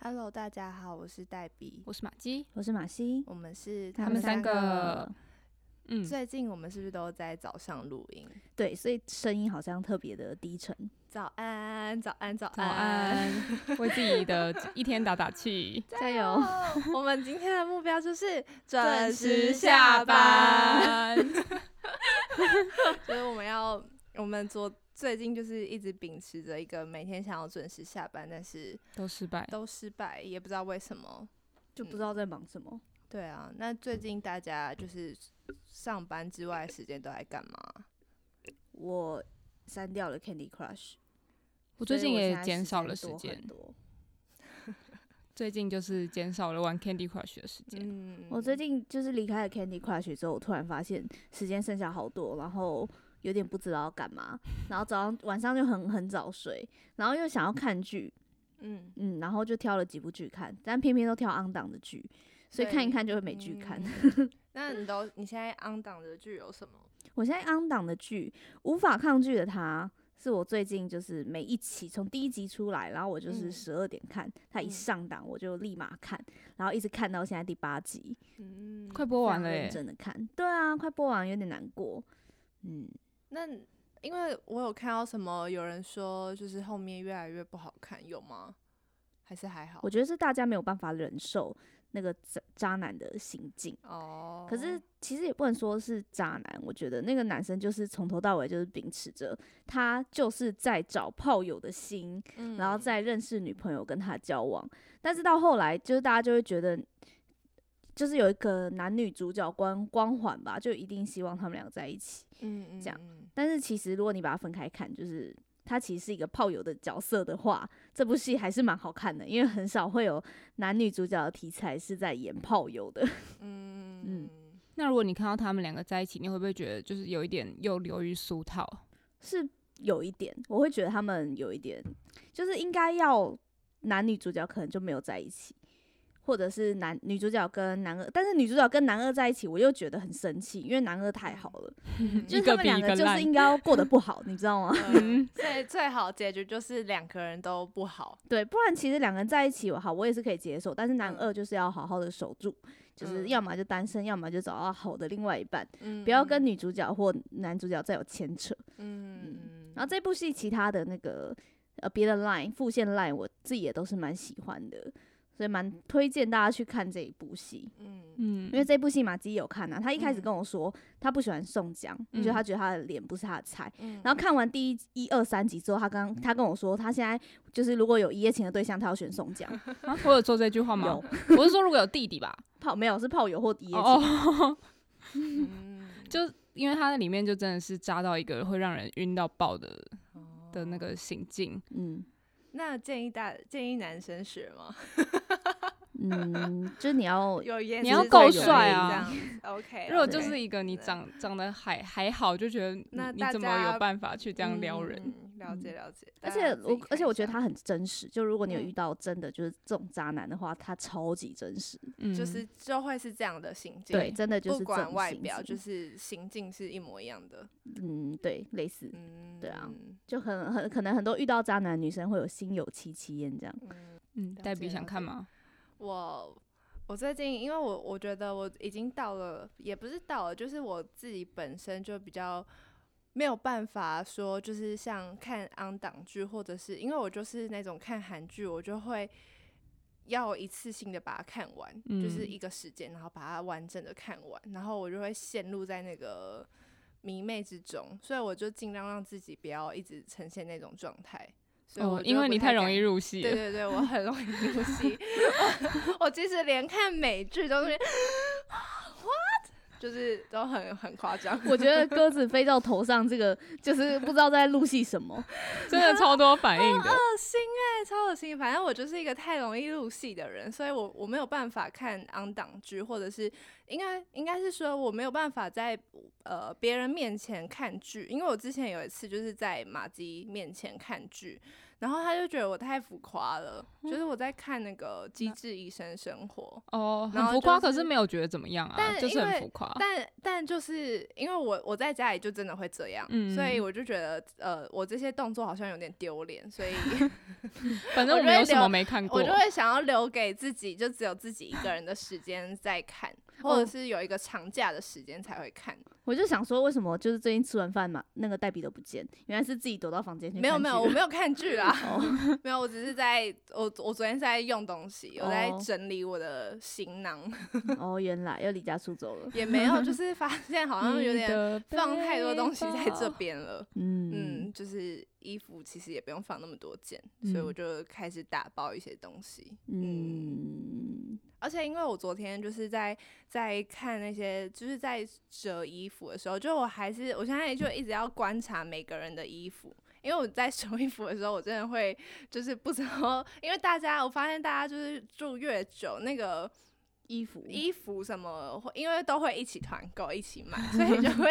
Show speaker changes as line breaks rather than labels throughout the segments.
Hello，大家好，我是黛比，
我是马姬，
我是马西，
我们是
他们三个。嗯，
最近我们是不是都在早上录音？
对，所以声音好像特别的低沉。
早安，早安，早
早安，为自己的一天打打气。
加油！
我们今天的目标就是
准时
下
下。班。
所以我们要，我们昨最近就是一直秉持着一个每天想要准时下班，但是
都失败。
都失败，也不知道为什么。
就
嗯
不知道在忙什么。
对啊，那最近大家就是上班之外的时间都在干嘛？
我删掉了 Candy Crush，
我最近
所以
也
现在
减少了时
多
间
很，多
最近就是减少了玩 Candy Crush 的时间。
嗯
我最近就是离开了 Candy Crush 之后，我突然发现时间剩下好多，然后有点不知道要干嘛。然后早上晚上就很很早睡，然后又想要看剧，
嗯，
嗯，然后就挑了几部剧看，但偏偏都挑 on 档的剧，所以看一看就会没剧
嗯
看。
那你都你现在 on 档的剧有什么？
我现在 on 档的剧《无法抗拒的他》是我最近就是每一期从第一集出来，然后我就是
嗯
十二点看，它一
嗯
上档我就立马看，然后一直看到现在第八集，
嗯，
快播完了
非常认
耶！
真的看。对啊，快播完有点难过。嗯，
那因为我有看到什么，有人说就是后面越来越不好看，有吗？还是还好？
我觉得是大家没有办法忍受那个渣渣男的行径。
哦，
可是其实也不能说是渣男，我觉得那个男生就是从头到尾就是秉持着他就是在找炮友的心，
嗯，
然后再认识女朋友跟他交往，但是到后来就是大家就会觉得，就是有一个男女主角光光环吧，就一定希望他们两个在一起。
嗯嗯
这样
嗯
但是其实如果你把它分开看，就是他其实是一个炮友的角色的话，这部戏还是蛮好看的，因为很少会有男女主角的题材是在演炮友的。
嗯
嗯
嗯
那如果你看到他们两个在一起，你会不会觉得就是有一点又流于俗套？
是有一点，我会觉得他们有一点，就是应该要男女主角可能就没有在一起，或者是男女主角跟男二，但是女主角跟男二在一起，我又觉得很生气，因为男二太好了，
嗯
就是
一个
他们
比
两
一
个
个
就是
烂
应该要过得不好，你知道吗？
嗯，最最好结局就是两个人都不好，
对，不然其实两个人在一起，我好，我也是可以接受，但是男
嗯
二就是要好好的守住，就是
嗯
要么就单身，要么就找到好的另外一半，
嗯，
不要跟女主角或男主角再有牵扯。
嗯，嗯
然后这部戏其他的那个呃别的 line 复线 line 我自己也都是蛮喜欢的，所以蛮推荐大家去看这一部戏。
嗯
嗯，
因为这部戏马基有看啊，他一开
嗯
始跟我说他不喜欢宋江，
嗯
就他觉得他的脸不是他的菜。
嗯，
然后看完第一一二三集之后，他刚他跟我说，他现在就是如果有一夜情的对象，他要选宋江。
啊我有做这句话吗
有？
我是说如果有弟弟吧。
炮没有是炮友或一夜情，
哦，
嗯
就因为他那里面就真的是渣到一个会让人晕到爆的的那个行径。
嗯
那建议大建议男生学吗？
嗯，就是你要
有颜
你
值
要
再
够
有
帅
力
啊
这样子！OK，
如果
对
就是一个你长长得还还好，就觉得你
那
你
大
怎
家
么有办法去这样撩人？
嗯了解了解。大
而且
家自己
我，而
看
且
一
我觉
下
得他很真实。就如果你有
嗯
遇到真的就是这种渣男的话，他超级真实，
嗯，
就是就会是这样的行径，
对，真的就是
不
这
管
种
外
性
表，
质
就是行径是一模一样的。
嗯，对，类似，
嗯，
对啊
嗯
就很很可能很多遇到渣男的女生会有心有戚戚焉这样。
嗯，
嗯，
了
黛
解
比想
了
看
解
吗？
我我最近因为我我觉得我已经到了，也不是到了，就是我自己本身就比较。没有办法说，就是像看昂档剧，或者是因为我就是那种看韩剧，我就会要一次性的把它看完，就是
嗯
一个时间，然后把它完整的看完，然后我就会陷入在那个迷妹之中，所以我就尽量让自己不要一直呈现那种状态。所以我
哦，
就
因为
不
你太容
敢
易入戏
对
了。
对对，我很容易入戏。我我其实连看美剧都是 what，就是都很很夸张。
我觉得鸽子飞到头上，这个就是不知道在录戏什么。
真的超多反应 的。
恶心哎、超恶心！反正我就是一个太容易入戏的人，所以我我没有办法看 on 档剧，或者是应该应该是说我没有办法在呃别人面前看剧，因为我之前有一次就是在马吉面前看剧，然后他就觉得我太浮夸了，就是我在看那个《机智医生生活》
哦，
然
很
后
浮夸，
就
可是
是
没有觉得怎么样啊，
但
就是
因
很
为
浮夸。
但但就是因为我我在家里就真的会这样，
嗯
所以我就觉得呃我这些动作好像有点丢脸，所 以
反正
我
我没
就
有
会
什么
聊
没看过
我就，会想要留给自己就只有自己一个人的时间在看，或
哦
者是有一个长假的时间才会看。
我就想说，为什么就是最近吃完饭嘛，那个黛比都不见，原来是自己躲到房间去看
没有没有，我
剧了
没 有看剧啦，没有，我只是在我我昨天是在用东西，我在
哦
整理我的行囊，
哦，原来要离家出走了。
也没有， 就是发现好像有
你
点
的
放太多
背
东西在这
包。
边了。
嗯，
嗯，就是衣服其实也不用放那么多件，所以
嗯
我就开始打包一些东西。嗯
嗯，
而且因为我昨天就是在在看那些，就是在折衣服的时候，就我还是我现在就一直要观察每个人的衣服。因为我在收衣服的时候，我真的会就是不知道，因为大家我发现大家就是住越久，那个
衣服，
衣服什么，会因为都会一起团购、一起买，所以就会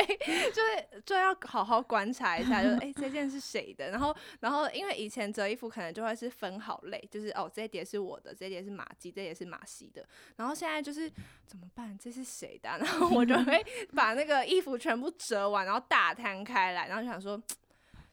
就是就要好好观察一下，就是哎、诶这件是谁的，然后然后因为以前折衣服可能就会是分好类，就是哦这一叠是我的，这一叠是马姬，这一叠是马西的，然后现在就是怎么办，这是谁的啊、 然后我就会把那个衣服全部折完，然后大摊开来，然后就想说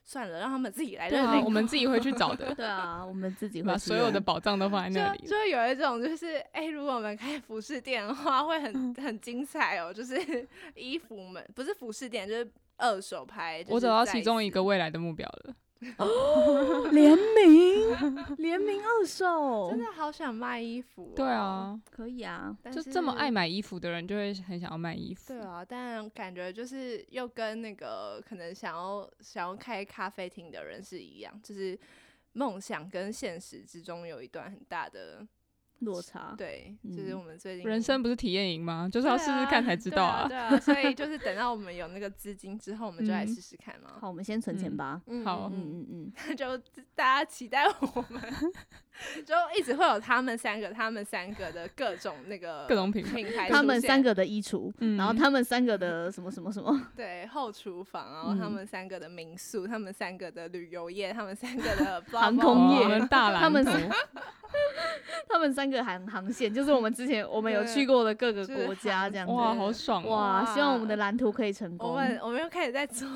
算了，让他们自己来
对
认
啊，
领
我们自己会去找的
对啊，我们 自己会
把
吃
所有
完
的宝藏都放在那
就
里。
就有一种就是，哎、如果我们开服饰店的话，会
嗯
很很精彩哦。就是 衣服们不是服饰店，就是二手拍。就是
我找到
在
其中一个未来的目标了。
哦联名，联名二手
真，的好想卖衣服、
哦
哦
对，啊，
可以啊。
但
就是这么爱。买衣服的人，就会很想要卖衣服
对。啊，但感觉就是又跟那个可能想要想要开咖啡厅的人是一样，就是梦想跟现实之中有一段很大的
落差，
对，就是
嗯
我们最近
人生不是体验营吗？就是要
对
试试看才知道
啊。
啊。
对啊，对啊所以就是等到我们有那个资金之后，我们就来
嗯
试试看嘛。
好，我们先存钱
嗯
吧。
嗯
好
嗯，
嗯嗯
那就大家期待我们， 就一直会有他们三个、他们三个的各种那个
各种品 牌
品
嗯，
牌出现，
他们三个的衣橱，
嗯
然后他们三个的什么什么什么，
对后厨房，然后他
嗯
们三个的民宿，他们三个的旅游业，他们三个的 blah blah
航
哦
空工业
我们大蓝
他们
图
是他们三个航航线，就是我们之前我们有
对
去过的各个
就是
国家这样子。
哇，好爽哦！
哇，希望我们
哇
的蓝图可以成
我
功。
们我们又开始在做，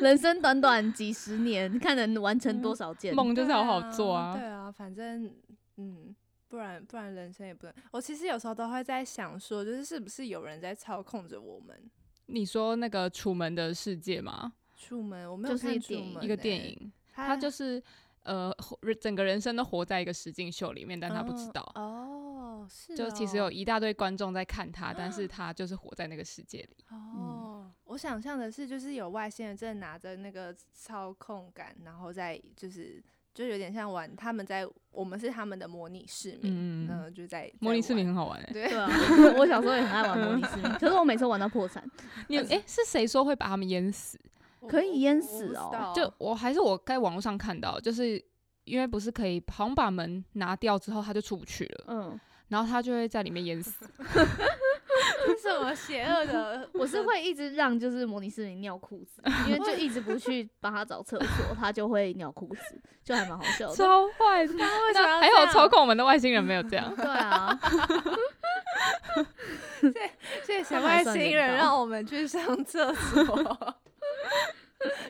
人生短短几十年，看能完成多少件。
梦就是
对
好好做
对
啊。
啊，反正嗯。不然不然人生也不能。我其实有时候都会在想说，就是是不是有人在操控着我们？
你说那个《楚门的世界》吗？
出门我没有
就是
看
一
楚
电影
门
一个
欸
电，影，
他
他就是呃，活整个人生都活在一个实境秀里面，但他不知道。
哦，是
就其实
哦
有一大堆观众在看他，但是他就是活在那个世界里。
哦，我想象的是，就是有外星人真的拿着那个操控杆，然后在就是就有点像玩，他们在我们是他们的模拟市民，
嗯
然后就在
模拟
在
市民
玩
很好玩哎、
对
对啊，我小时候也很爱玩模拟市民，可是我每次玩到破产。
你哎、是谁说会把他们淹死？
我
可以
我
淹
我
死
不知
哦
道
就我还是我在网络上看到，就是因为不是可以好像把门拿掉之后他就出不去了，
嗯，
然后他就会在里面 淹死。
这是什么邪恶的？
我是会一直让就是模拟市民尿裤子，因为就一直不去帮他找厕所，他就会尿裤子，就还蛮好笑 的。，
超坏的！
为什么
那
要
还
这
有
样
操控我们的外星人没有这样
对啊，
谢谢
还
外
算
星
人
人
道
让我们去 上厕所，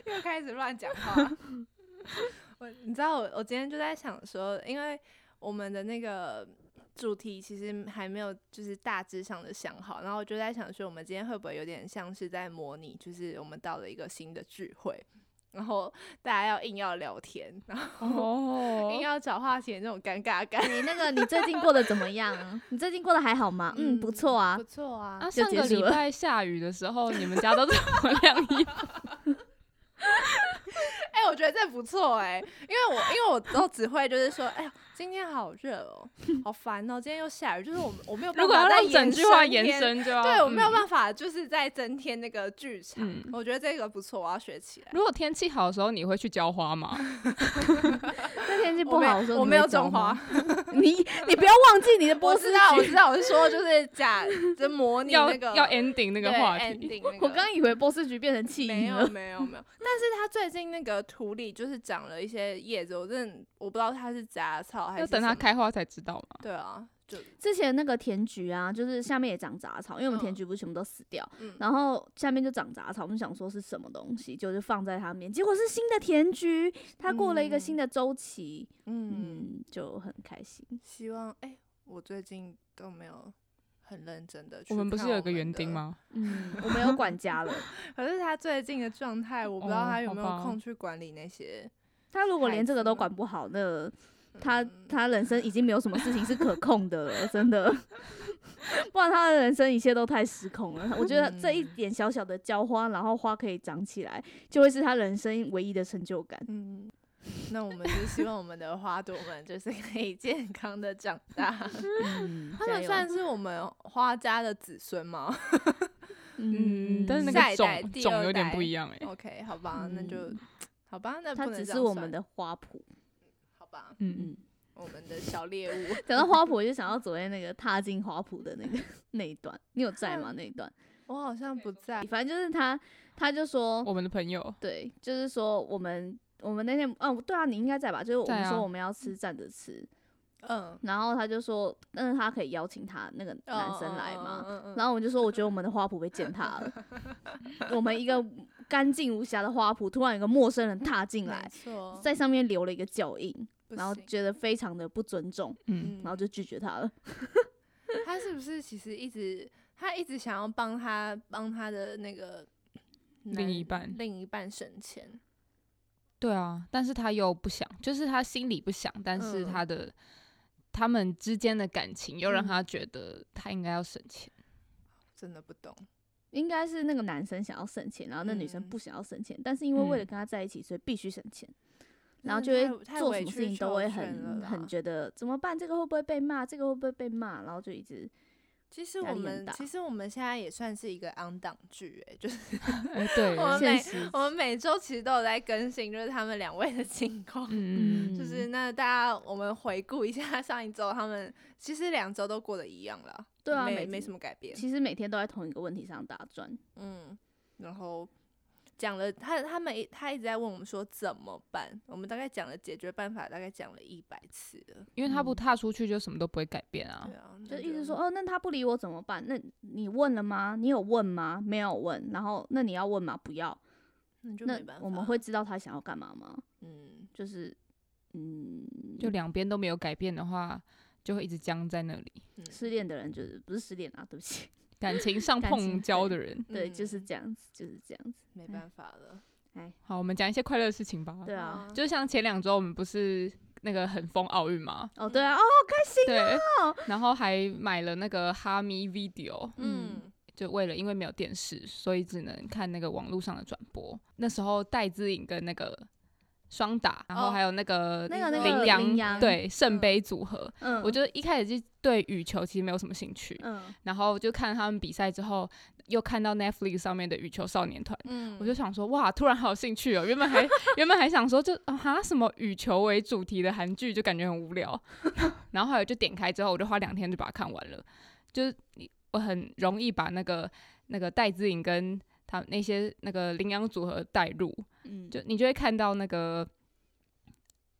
又开始乱讲 话。我你知道我我今天就在想说，因为我们的那个主题其实还没有就是大致上的想好，然后我就在想说，我们今天会不会有点像是在模拟，就是我们到了一个新的聚会，然后大家要硬要聊天，然后
哦
硬要找话题的那种尴尬感。
你哎那个你最近过得怎么 样？你最近过得还好吗？嗯，不错啊
不。错啊
啊，
就
上个礼
结束了
拜下雨的时候，你们家都怎么晾 衣服？
哎、我觉得这不错哎、因为我因为我都只会就是说，哎呀，今天好热哦，好烦哦，今天又下雨，就是我我没有办
如果
法
要
再
让整句话延
天，
伸，就要
对我没有
嗯
办法，就是在增添那个剧场。
嗯
我觉得这个不错，我要学起来。
如果天气好的时候，你会去浇花吗？
那天气不
我没
好的时候，
我
你
没有
会浇
种花
吗， 你你不要忘记你的波
我
斯
知道，我
菊
知。道，我是说就是假，就模拟
要
那个
要 ending 那个
对
话题。
ending 那个
我刚以为波斯菊变成弃
没
婴
有
了。
没有没有，但是他最近那个土里就是长了一些叶子，我真的我不知道它是杂草还
要
是
等它
什么。
开花才知道嘛。
对啊，就
之前那个甜菊啊，就是下面也长杂草，因为我们
嗯
甜菊不是全部都死掉，
嗯
然后下面就长杂草，我们想说是什么东西，就是放在它面，结果是新的甜菊，它过了一个新的周期，
嗯，
嗯，就很开心。
希望哎、我最近都没有很认真的。
我们不是有一个园
园
丁？吗？
嗯，我没有管 家了，
可是他最近的状态，我不知
哦
道他有
好
没
吧
有空去管理那些。
他如果连这个都
孩子
管不好，那他
嗯
他人生已经没有什么事情是可控的了，真的。 不然他的人生一切都太失控了。我觉得这一
嗯
点小小的浇花，然后花可以长起来，就会是他人生唯一的成就感。
嗯，那我们就希望我们的花朵们就是可以健康的长大。
嗯，
他
加
们
油
算是我们花家的子孙吗
嗯，但是那
下
个
一代
种
第
种
二
有点
代
不一样哎。
？OK，好吧，那就
嗯
好吧，那
它
不能
只
这
是
样
我
算
们的花圃。
好吧，
嗯，
嗯，
我们的小猎物。
讲到花圃，我就想到昨天那个踏进花圃的那个 那一段，你有在吗？那一段，
我好像不在，
反正就是他，他就说，
嗯我们的朋友
对，就是说我们我们那天，哦、对啊，你应该在吧？就是我
在
们
啊
说我们要吃站着吃，
嗯，
然后他就说，但是他可以邀请他那个男生来
嘛，
吗？
嗯嗯嗯
然后我就说，我觉得我们的花圃被践踏了，我们一个干净无瑕的花圃，突然有个陌生人踏进
没
来，
错，
在上面留了一个脚印，
不
然后
行
觉得非常的不尊重，
嗯，
然后就拒绝他了。
他是不是其实一直他一直想要帮他帮他的那个
另一
男
半
另一半省钱？
对啊，但是他又不想，就是他心里不想，但
嗯
是他的、他们之间的感情又让
嗯
他觉得他应该要省钱。
真的不懂，
应该是那个男生想要省钱，然后那女生
嗯
不想要省钱，但是因为为了
嗯
跟他在一起，所以必须省钱，
真
然后就
的
会
嗯太太
做
委
什么
曲
事情都
求
会
全
很
了啦
很觉得怎么办？这个会不会被骂？这个会不会被骂？然后就一直
其实
压
我
力很
们
大
其实我们现在也算是一个 on 档剧哎，就是
哎、对，
我们
嗯
每
现实
我们每周其实都有在更新，就是他们两位的近况。
嗯 嗯，
就是那大家我们回顾一下上一周，他们其实两周都过得一样了，
对啊，
没
每
没什
么。
么改变。
其实每天都在同一个问题上打转，
嗯，然后讲了他他们一他一直在问我们说怎么办，我们大概讲了解决办法，大概讲了一百次了。
因为他不
嗯
踏出去，就什么都不会改变啊
对。啊，
就
那
一直说哦，那他不理我怎么办？那你问了吗？你有问吗？没有问。然后那你要问吗？不要。
那就
那
没办法，
我们会知道他想要干嘛吗？
嗯，
就是嗯，
就两边都没有改变的话，就会一直僵在那里。
嗯
失恋的人就是不是失恋啊，对不起，
感情上
感
碰
情
交的人，
对，就是
嗯
这样子，就是这样子。
没办法了。
好，我们讲一些快乐的事情吧。
对
啊，
啊，
就像前两周我们不是那个很疯奥运嘛，
哦，对啊，
嗯
哦，
对，然后还买了那个哈咪 video，
嗯，
就为了因为没有电视，所以只能看那个网络上的转播。那时候戴资颖跟那个双打，然后还有那个
哦那个那
呃
个
羊
羚羊，
羊，
对圣
嗯
杯组合，
嗯，
我就一开始就对羽球其实没有什么兴趣，
嗯，
然后就看他们比赛之后，又看到 Netflix 上面的羽球少年团。
嗯
我就想说，哇，突然好有兴趣哦！原本还原本还想说就，啊哈什么羽球为主题的韩剧，就感觉很无聊。 然后还有就点开之后，我就花两天就把它看完了。就是你我很容易把那个那个戴资颖跟他那些那个羚羊组合带入，
嗯，
就你就会看到那个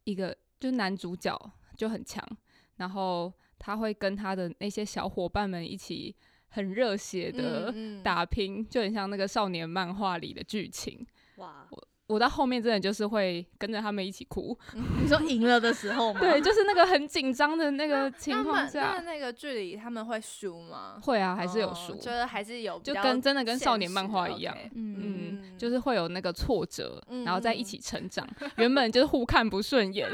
一个就是男主角就很强，然后他会跟他的那些小伙伴们一起很热血的
嗯嗯
打拼，就很像那个少年漫画里的剧情。
哇，
我到后面真的就是会跟着他们一起哭，
你说赢了的时候 吗？
对，，就是那个很紧张的那
那
个情
么
况
那
下，
那个距离他们会输吗？
会啊，还是有
哦
输，
就是还是有比
就
较
跟真的跟
现
少年
实
漫画一
，OK
样。
嗯，
嗯，
嗯
就是会有那个挫折，
嗯
然后再一起成长。原本就是互看不 顺眼，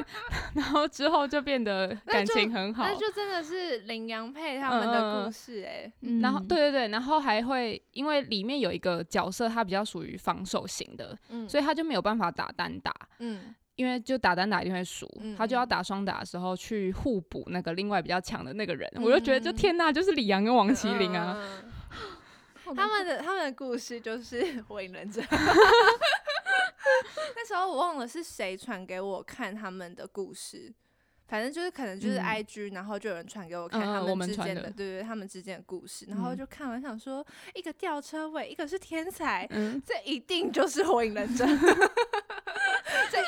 然后之后就变得感情很好
那。就真的是羚羊配他们的
嗯嗯嗯
故事哎、
嗯
然后对对对，然后还会因为里面有一个角色，他比较属于防守型的，
嗯
所以他就没有办法打单打，
嗯
因为就打单打一定会输，
嗯
他就要
嗯
打双打的时候去互补那个另外比较强的那个人。我就觉得
嗯
这
嗯嗯
天呐，就是李阳跟王麒麟啊，
嗯，嗯嗯嗯他们的他们的故事就是《火影忍者》。 那时候我忘了是谁传给我看他们的故事，反正就是可能就是
嗯
IG，、然后就有人传给我看
嗯嗯
他
我
们
们
之
传
间
的
的，对对，他们之间的故事，然后
嗯
就看完想说，一个吊车尾，一个是天才，
嗯，
这一定就是《火影忍者》，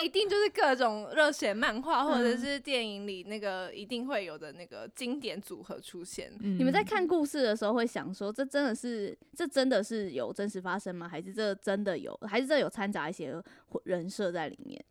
一定就是各种热血漫画或
嗯
者是电影里那个一定会有的那个经典组合出现。
你
你们在看故事的时候会想说，这真的是这真的是有真实发生吗？还是这真的有，还是这有掺杂一些人设在里面？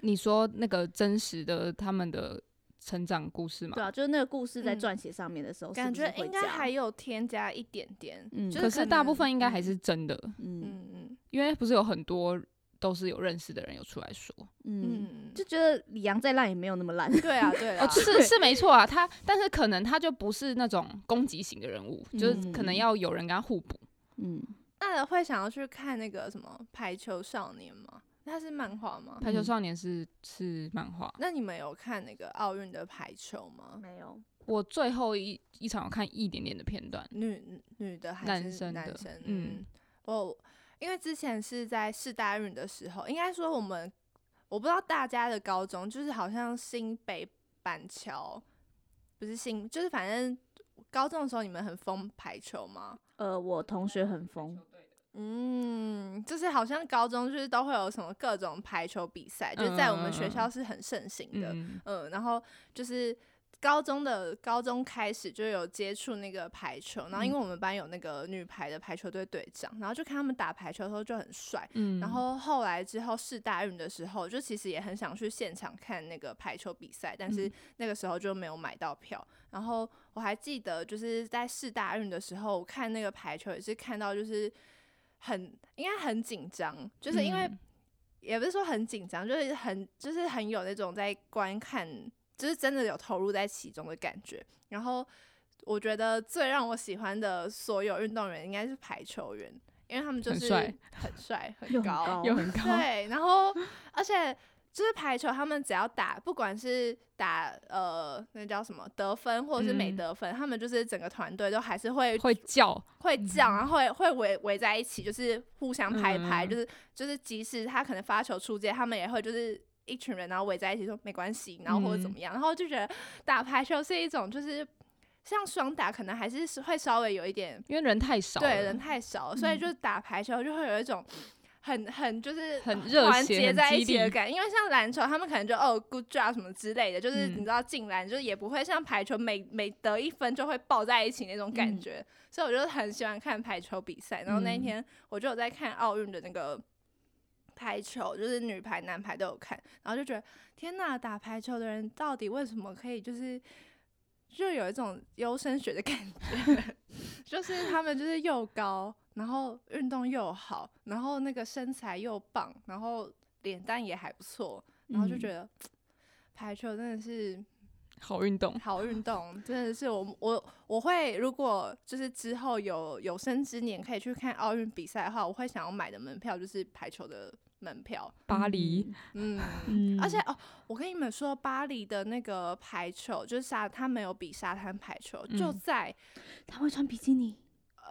你说那个真实的他们的成长故事嘛？
对啊，就是那个故事在
嗯
撰写上面的时候，
感
是不
觉
是会
应该
这样
还有添加一点点，
嗯
就
可
可
是大部
能
分应该还是真的，
嗯
嗯嗯
因为不是有很多都是有认识的人有出来说，
嗯，
嗯，
就觉得李阳再烂也没有那么烂。
对啊 对啊，
哦是是没错啊。他但是可能他就不是那种攻击型的人物，就是可能
嗯
要有人跟他互补。
嗯，
那会想要去看那个什么《排球少年》吗？那是漫画吗？
排球
嗯
少年是是漫画，
那你们有看那个奥运的排球吗？
没有，
我最后一一场有看一点点的片段，
女女的还
男
是
生的
男生？
嗯
嗯，我因为之前是在世大运的时候，应该说我们我不知道大家的高中，就是好像新北板桥不是新，就是反正高中的时候你们很疯排球吗？
嗯
呃，我同学很疯，
嗯，就是好像高中就是都会有什么各种排球比赛，就是在我们学校是很盛行的。
嗯，
嗯，然后就是高中的高中开始就有接触那个排球，然后
嗯
因为我们班有那个女排的排球队队长，然后就看他们打排球的时候就很帅。
嗯
然后后来之后世大运的时候，就其实也很想去现场看那个排球比赛，但是
嗯
那个时候就没有买到票。然后我还记得就是在世大运的时候，我看那个排球也是看到就是很应该很紧张，就是因为
嗯
也不是说很紧张，就是很就是很有那种在观看，就是真的有投入在其中的感觉。然后我觉得最让我喜欢的所有运动员应该是排球员，因为他们就
很
是
帅
很 帅、很
又很
高，
高
又很高，
对，然后而且就是排球，他们只要打，不管是打呃那叫什么得分，或者是没
嗯
得分，他们就是整个团队都还是会
会叫，
会叫，然后会会围围在一起，就是互相拍拍，
嗯
就是就是即使他可能发球出界，他们也会就是。一群人，然后围在一起说没关系，然后或者怎
嗯
么样，然后就觉得打排球是一种，就是像双打，可能还是会稍微有一点
因为人太少了，嗯
对，人太少，所以就是打排球就会有一种很很就是
很热
团
血
结
很
在
激
一起的
励
感觉。因为像篮球，他们可能就哦 good job 什么之类的，就是
嗯
你知道进篮就是也不会像排球每每得一分就会抱在一起那种感
嗯
觉。所以我就很喜欢看排球比赛。然后那一
嗯
天我就有在看奥运的那个。排球就是女排、男排都有看，然后就觉得天呐，打排球的人到底为什么可以就是就有一种优生学的感觉， 就是他们就是又高，然后运动又好，然后那个身材又棒，然后脸蛋也还不错，然后就
嗯
觉得、排球真的是
好运动，
好运动，真的是我 我我会如果就是之后有有生之年可以去看奥运比赛的话，我会想要买的门票就是排球的门票，
巴黎，
嗯。
嗯
而且哦，我跟你们说，巴黎的那个排球就是沙，他没有比沙滩排球，就
嗯
在
他会穿比基尼，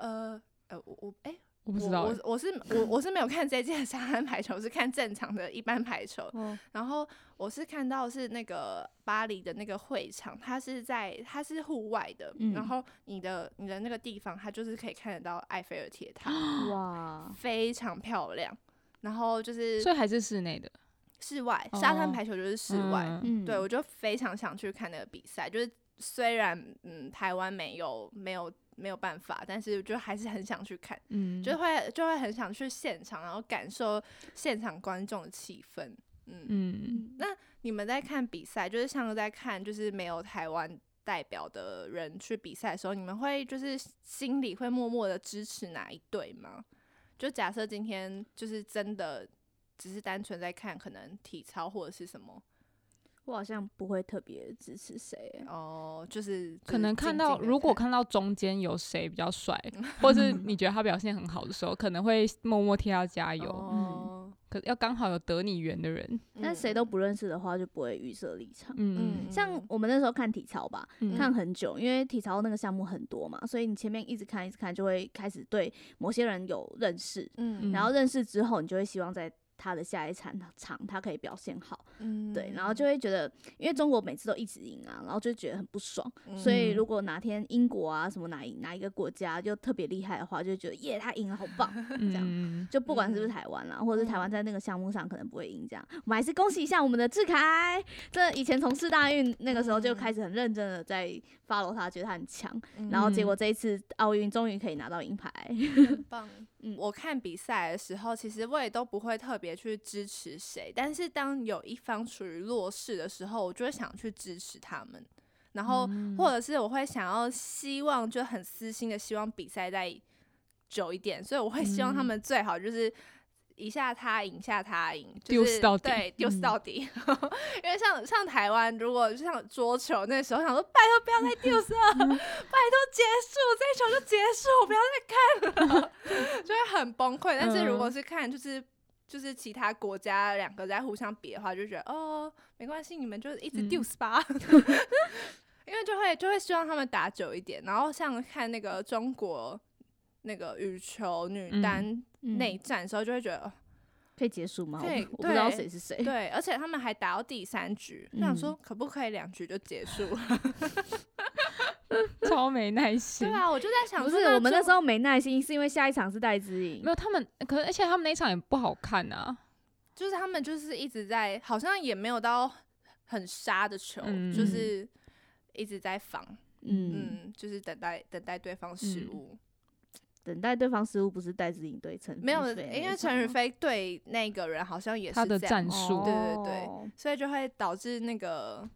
呃呃，我我哎、
我不知
我
道欸
我，我是我我是没有看这届的沙滩排球，我是看正常的一般排球。
哦，
然后我是看到是那个巴黎的那个会场，它是在它是户外的，
嗯
然后你的你的那个地方，它就是可以看得到埃菲尔铁 塔，
哇，
非常漂亮。然后就是
欸所以还是室内的，
室外沙滩
哦
排球就是室外，
嗯
嗯，
对，我就非常想去看那个比赛。就是虽然嗯台湾没有没有没有办法，但是就还是很想去看，
嗯，
就会就会很想去现场，然后感受现场观众的气氛。嗯，
嗯，
你们在看比赛，就是像在看就是没有台湾代表的人去比赛的时候，你们会就是心里会默默的支持哪一队吗？就假设今天就是真的只是单纯在看可能体操或者是什么。
我好像不会特别支持谁欸，
哦，就是
嗯可能看到，如果看到中间有谁比 较帅，或是你觉得他表现很好的时候，可能会默默替他加油。
哦、
可要刚好有得你缘的 人，
嗯
但谁都不认识的话，就不会预设立场。
嗯，
像我们那时候看体操吧，
嗯
看很久，因为体操那个项目很多嘛，所以你前面一直看一直看，就会开始对某些人有认识，
嗯
然后认识之后，你就会希望在他的下一场场他可以表现好，
嗯
对，然后就会觉得，因为中国每次都一直赢啊，然后就觉得很不爽。
嗯
所以如果哪天英国啊什么哪一哪一个国家就特别厉害的话，就会觉得耶他赢了好 棒，这样。
嗯，
就不管是不是
嗯
台湾啦，或者是台湾
嗯
在那个项目上可能不会赢，这样我们还是恭喜一下我们的志凯。这以前从四大运那个时候就
嗯
开始很认真的在 follow 他，觉得他很强，
嗯
然后结果这一次奥运终于可以拿到银牌。
很棒。
嗯
我看比赛的时候，其实我也都不会特别去支持谁，但是当有一方处于弱势的时候，我就会想去支持他们，然后、
嗯
或者是我会想要希望，就很私心的希望比赛再久一点，所以我会希望他
嗯
们最好就是。一下他赢，一下他赢，
丢
就
死
是
到底
对，丢死
嗯
到底。 因为像像台湾，如果像桌球那时候，想说拜托不要再丢死了，拜托结束，这一球就结束，不要就会很崩溃。但是如果
嗯
是看就是就是其他国家两个在互相比的话，就觉得哦没关系，你们就一直
嗯
deuce 吧。 因为就会就会希望他们打久一点，然后像看那个中国那个羽球女
嗯
单
嗯
内战的时候，就会觉得、
可以结束吗？我
对
不我不知道
对
谁是谁。
对，而且他们还打到第三局，就想说
嗯
可不可以两局就结束了？
超没耐 心
对。啊，我就在想
不
说，
是我们那时
候
候没耐心，是因为下一场是戴资颖
没。有他们，可是而且他们那一场也不好看啊。
就是他们就是一直在，好像也没有到很杀的球，
嗯
就是一直在防。
嗯，
嗯，就是等待等待对方失
嗯
误。
等待对方失误不是戴资颖对陈
没有，
宇飞
因
那
为
一场
陈宇
吗
飞对那个人好像也是
他的
这样
战术
对对对
哦
所以就会导致那个，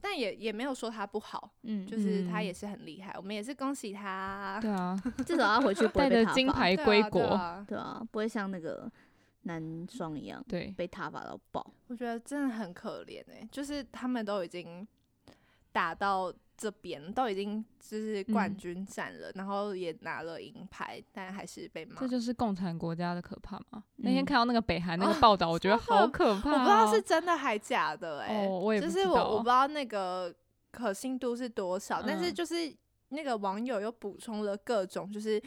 但也也没有说他不好，
嗯，
就是他
嗯
也是很厉害，我们也是恭喜他。
对 啊，
嗯至少他回去不
带
会被
着
踏
金
伐
牌
对
归
啊对
国，
啊
对啊，不会像那个男双一样
对，
被踏伐到爆。
我觉得真的很可怜哎、就是他们都已经打到这边，都已经就是冠
嗯
军战了，然后也拿了银牌，但还是被骂
这。就是共产国家的可怕嘛。那天
嗯
看到那个北韩那个
啊
报道，我觉得
超可
好可怕哦。
我不知道是真的还假的哎、
哦，我也不
就
知
是
道
我我不知道那个可信度是多少，但是
嗯
就是那个网友又补充了各种，就是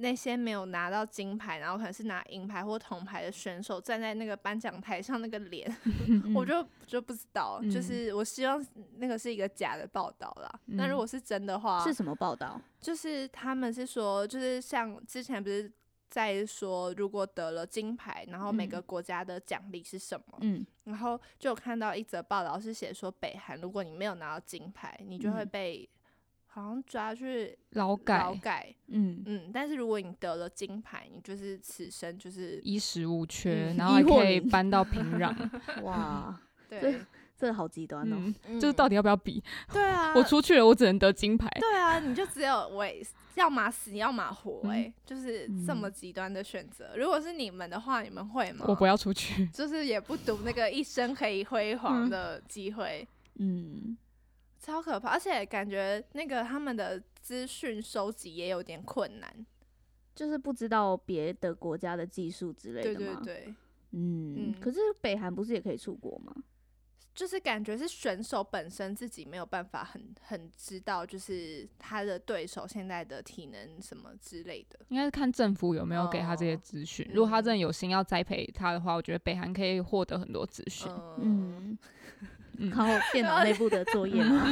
那些没有拿到金牌，然后可能是拿银牌或铜牌的选手站在那个颁奖台上那个脸，
嗯
我就就不知道，就
嗯
是我希望那个是一个假的报道啦。那、
嗯
如果是真的话，
是什么报道？
就是他们是说，就是像之前不是。在说，如果得了金牌，然后每
嗯
个国家的奖励是什么？
嗯
然后就有看到一则报道是写说，北韩如果你没有拿到金牌，你就会
嗯
被好像抓去
劳
劳
改
改。
嗯，
嗯，但是如果你得了金牌，你就是此生就是
衣食无缺，
嗯
然后还
疑惑
可以
你
搬到平壤。
哇，
对，
这好极端哦。
嗯， 就是到
底
底要不要比？
对啊，
我出去了，我只能得金牌。
对啊，你就只有为要么死，要么活、
嗯
欸，就是这么
嗯
极端的选择。如果是你们的话，你们会吗？
我不要出去。
就是 也不赌那个一生可以辉煌的机会。
嗯，
超可怕，而且感觉那个他们的资讯收集也有点困难。
就是不知道别的国家的技术之类
对
的
对
嘛。
对，
嗯，
嗯
可是北韩不是也可以出国吗？
就是感觉是选手本身自己没有办法很很知道，就是他的对手现在的体能什么之类的。
应该是看政府有没有给他这些
哦
资讯。如果他
嗯
真的有心要栽培他的话，我觉得北韩可以获得很多资讯。
嗯，
嗯
嗯，
靠电脑内部的作业吗？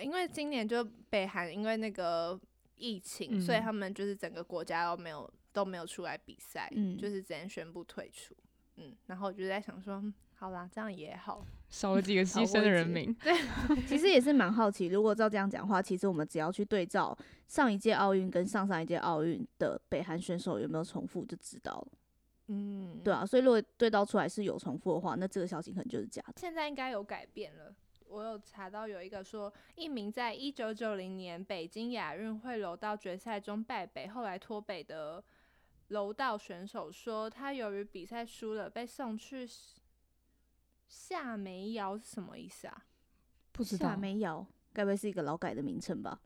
因为今年就北韩因为那个疫情，所以
嗯
他们就是整个国家都没有都没有出来比赛，
嗯
就是直接宣布退出。嗯，然后我就在想说，嗯好啦，这样也好。
少了 几个
少
牺牲
过
的
一
人
节
民。
其实也是蛮好奇，如果照这样讲的话，其实我们只要去对照上一届奥运跟上上一届奥运的北韩选手有没有重复，就知道了。
嗯，
对啊，所以如果对照出来是有重复的话，那这个消息可能就是假的。
现在应该有改变了。我有查到有一个说，一名在一九九零年北京亚运会柔道决赛中败北，后来脱北的柔道选手说，他由于比赛输了，被送去下梅窑是什么意思啊？
不知
夏
道，
梅瑶啊该不会是一个劳改的名称吧？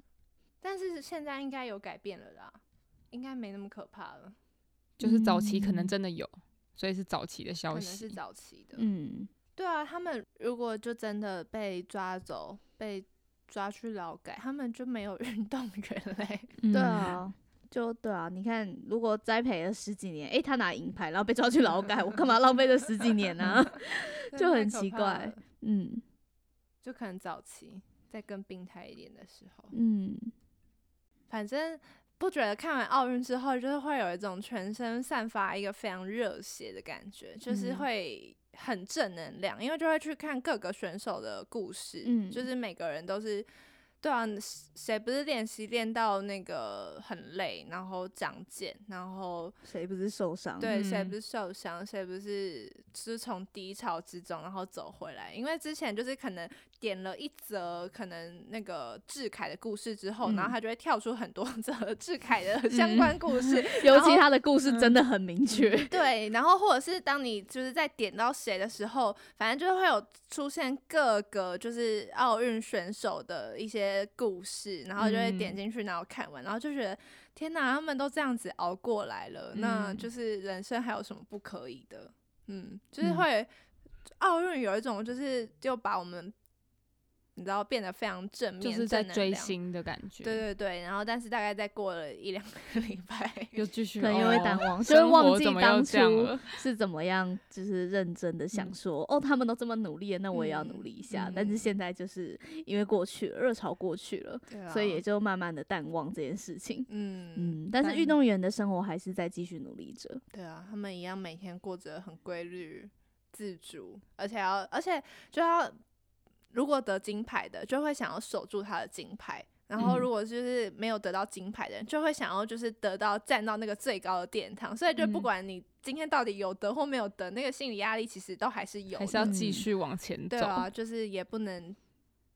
但是现在应该有改变了啦，应该没那么可怕了，
哦
就是早期可能
嗯
真的有，所以是早期的
可
消
能
息
是。早期的。
嗯，
对啊，他们如果就真的被抓走，被抓去劳改，他们就没有运动员嘞。
嗯
对，啊，就对啊，你看，如果栽培了十几年，诶，他拿银牌，然后被抓去劳改，我干嘛浪费这十几年呢、啊
对
就
太
很
可
奇
怕
怪
了
嗯
就可能早期在更病态一点的时候，
嗯，
反正不觉得看完奥运之后，就是会有一种全身散发一个非常热血的感觉，就是
嗯
会很正能量，因为就会去看各个选手的故事，
嗯
就是每个人都是。对啊，谁不是练习练到那个很累，然后长茧，然后
谁不是受伤？
对，谁不
嗯
是受伤，谁不是是从低潮之中然后走回来？因为之前就是可能点了一则可能那个志凯的故事之后，然后
嗯
他就会跳出很多 则志凯的相关故事，
尤
然
其
后嗯
他的故事真的很明确。
对，然后或者是当你就是在点到谁的时候，反正就是会有出现各个就是奥运选手的一些故事，然后就会点
嗯
进去，然后看完，然后就觉得天哪，他们都这样子熬过来了，那
嗯
就是人生还有什么不可以的？嗯，就是
嗯
会奥运有一种就是就把我们你知道变得非常正面，
就是在
正能
追
量。
星的感觉，
对，对对，然后但是大概再过了一两个礼拜，
又继续，
可能又会淡
哦
忘，就会
生
忘
活
记
怎么
当
又这样
初
了？
是怎么样，就是认真的想
嗯
说，哦，他们都这么努力了，那我也要努
嗯
力一下。但是
嗯
现在就是因为过去了热潮过去了，
对
所以也
啊
就慢慢的淡忘这件事情。
嗯
嗯，但是运
但
动员的生活还是在继续努力着。
对啊，他们一样每天过着很规律、自主，而且要而且就要如果得金牌的，就会想要守住他的金牌。然后，
嗯
如果就是没有得到金牌的人，就会想要就是得到站到那个最高的殿堂，所以就不
嗯
管你今天到底有得或没有得，那个心理压力其实都还是有
还是要
的
继续往前走
对。啊，就是也不能，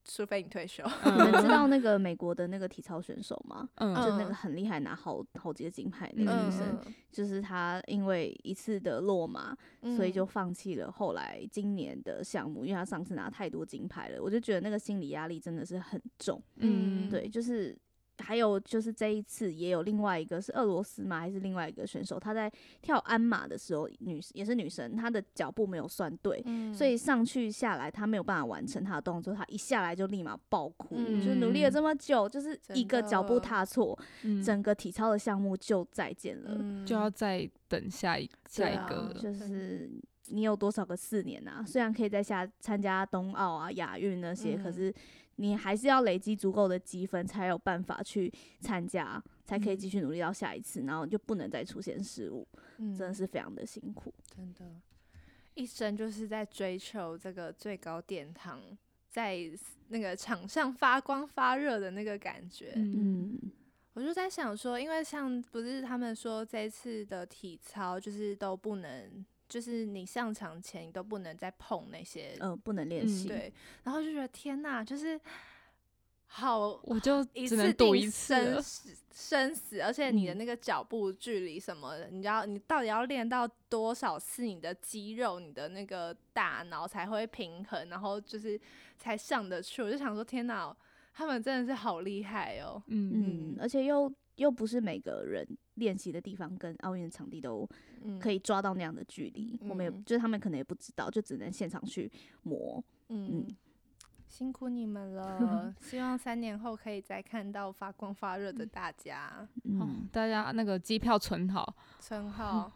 除非你退休。
你们知
嗯
道那个美国的那个体操选手吗？
嗯
就那
嗯
个很厉害，拿好好几个金牌那个
嗯
女生，就是她因为一次的落马，
嗯
所以就放弃了后来今年的项目，因为他上次拿太多金牌了，我就觉得那个心理压力真的是很重。
嗯
对，就是还有就是这一次也有另外一个是俄罗斯嘛，还是另外一个选手，她在跳鞍马的时候，女也是女生，她的脚步没有算对。
嗯
所以上去下来，她没有办法完成她的动作，她一下来就立马爆哭，
嗯
就是努力了这么久，就是一个脚步
真的
踏错，
嗯
整个体操的项目呃就再见了。
嗯
就要再等下一下一
啊
个
对
了。
就是你有多少个四年啊？虽然可以在下参加冬奥啊、亚运那些，可
嗯
是你还是要累积足够的积分，才有办法去参加，才可以
嗯
继续努力到下一次，然后就不能再出现失误，
嗯
真的是非常的辛苦。
真的，一生就是在追求这个最高殿堂，在那个场上发光发热的那个感觉。
嗯，
嗯
我就在想说，因为像不是他们说这次的体操就是都不能，就是你上场前你都不能再碰那些，
呃，不能练
嗯
习，
对，然后就觉得天哪，就是好。
我就
一
只
次
能赌
定
一次
生
了。
死生死，而且你的
嗯
那个脚步距离什么的，你要你到底要练到多少次，你的肌肉、你的那个大脑才会平衡，然后就是才上得去。我就想说，天哪，他们真的是好厉害哦！
嗯
嗯
嗯，
而且又又不是每个人练习的地方跟奥运场地都
嗯，
可
以，
以抓到那样的距离，我们也
嗯
就是他们可能也不知道，就只能现场去磨。
嗯，辛苦你们 了，希望三年后可以再看到发光发热
嗯
的大家。
哦
嗯，
大家那个机票存好，
称号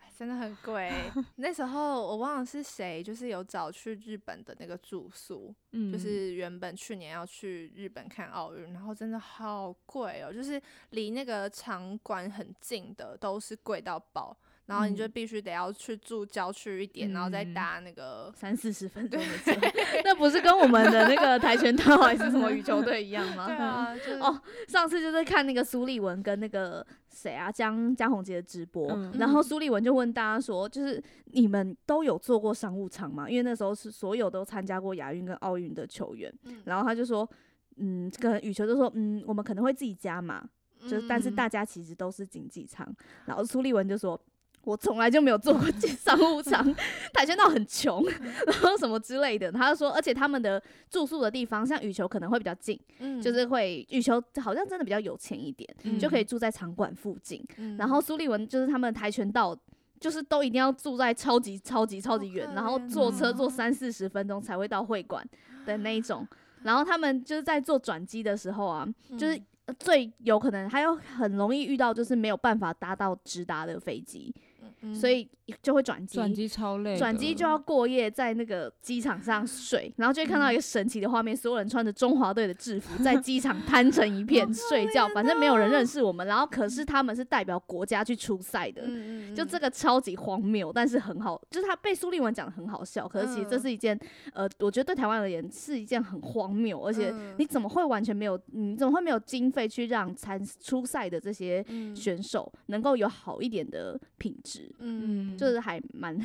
哎真的很贵。那时候我忘了是谁，就是有找去日本的那个住宿，
嗯，
就是原本去年要去日本看奥运，然后真的好贵哦，就是离那个场馆很近的都是贵到爆，然后你就
嗯
必须得要去住郊区一点，然后再
嗯
搭那个。
三四十分钟的车， 那不是跟我们的那个跆拳道还是什么羽球队一样吗？
对啊，
嗯
就是
哦上次就是看那个苏立文跟那个谁啊江江宏杰的直播，
嗯
然后苏立文就问大家说，就是你们都有做过商务舱吗？因为那时候是所有都参加过亚运跟奥运的球员，
嗯
然后他就说。嗯，可能羽球就说，嗯，我们可能会自己加嘛，就是但是
嗯
大家其实都是经济舱。然后苏立文就说。我从来就没有做过商务舱， 跆拳道很穷， 然后什么之类的。他就说，而且他们的住宿的地方，像羽球可能会比较近，
嗯
就是会羽球好像真的比较有钱一点，
嗯
就可以住在场馆附近。
嗯
然后苏立文就是他们跆拳道，就是都一定要住在超级超级超级
好
远，
可
然后
怜
坐车
哦
坐三四十分钟才会到会馆的那一种。然后他们就是在坐转机的时候啊，就是
嗯
呃最有可能还有很容易遇到就是没有办法搭到直达的飞机，
嗯
所以就会转机。
转机超累的，
转机就要过夜在那个机场上睡，然后就会看到
嗯
一个神奇的画面，所有人穿着中华队的制服在机场摊成一片睡觉，反正没有人
哦
认识我们。然后可是他们是代表国家去出赛的，
嗯嗯
就
嗯
这个超级荒谬，但是很好，就是他被苏立文讲的很好笑，可是其实这
嗯
是一件，呃，我觉得对台湾而言是一件很荒谬，而且
嗯
你怎么会完全没有，你怎么会没有经费去让参出赛的这些
嗯
选手能够有好一点的品质，
嗯，
嗯，
就是还 蛮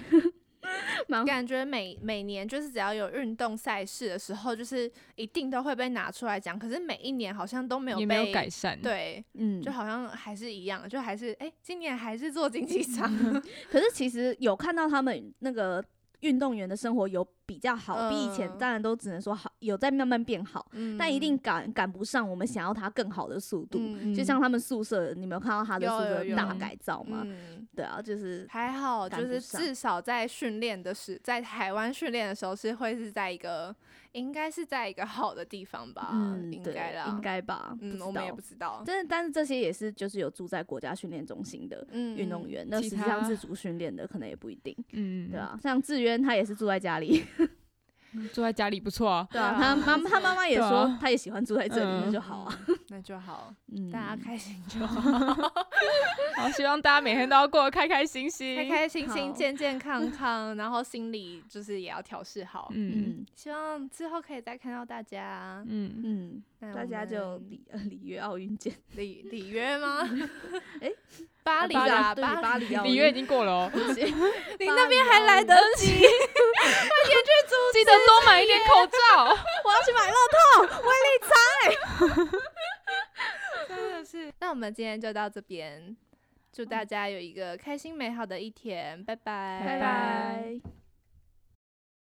蛮
感觉每每年就是只要有运动赛事的时候，就是一定都会被拿出来讲。可是每一年好像都没有
也
被
没有改善，，
对，
嗯
就好像还是一样，就还是哎、今年还是做经济舱，
可是其实有看到他们那个运动员的生活有比较好，比以前
嗯
当然都只能说好，有在慢慢变好，嗯 但一定赶赶不上我们想要它更好的速度。
嗯
就像他们宿舍，你没有看到他的
有
宿
有
舍
有
大改造吗？
嗯，
对啊，就是
还好，
赶
就
不
是
上
至少在训练的时，在台湾训练的时候是会是在一个，应该是在一个好的地方吧，
嗯，
应
对
该啦，
应该吧，不
嗯，我
知
们也
道
不。知道，
但是但是这些也是就是有住在国家训练中心的
嗯
运动
嗯
员，那
其
实际上
他
自主训练的可能也不一定，
嗯，
对，啊，像志渊他也是住在家里，
住在家里不错啊，
对啊，
对
他
啊
妈他妈妈也
对啊
说他也喜欢住在这里，那
嗯
就好啊，
嗯那就好，
嗯，
大家开心就好。
好，希望大家每天都要过得开开心心，
开，开心
好
心、健健 康康，然后心理就是也要调试好。
嗯
嗯
希望之后可以再看到大家。
嗯，
嗯，
那
大
我
家就
们
里呃里约奥运见，
里里约吗？
诶
巴黎
啊
啦，
对
巴
巴黎奥运，
里约已经过了哦，
你
巴
那边
黎
还
奥
来
运
得及？
记得多买一点口罩。
我要去买乐
真的是。那我们今天就到这边，祝大家有一个开心美好的一天，拜拜，
拜拜
拜拜。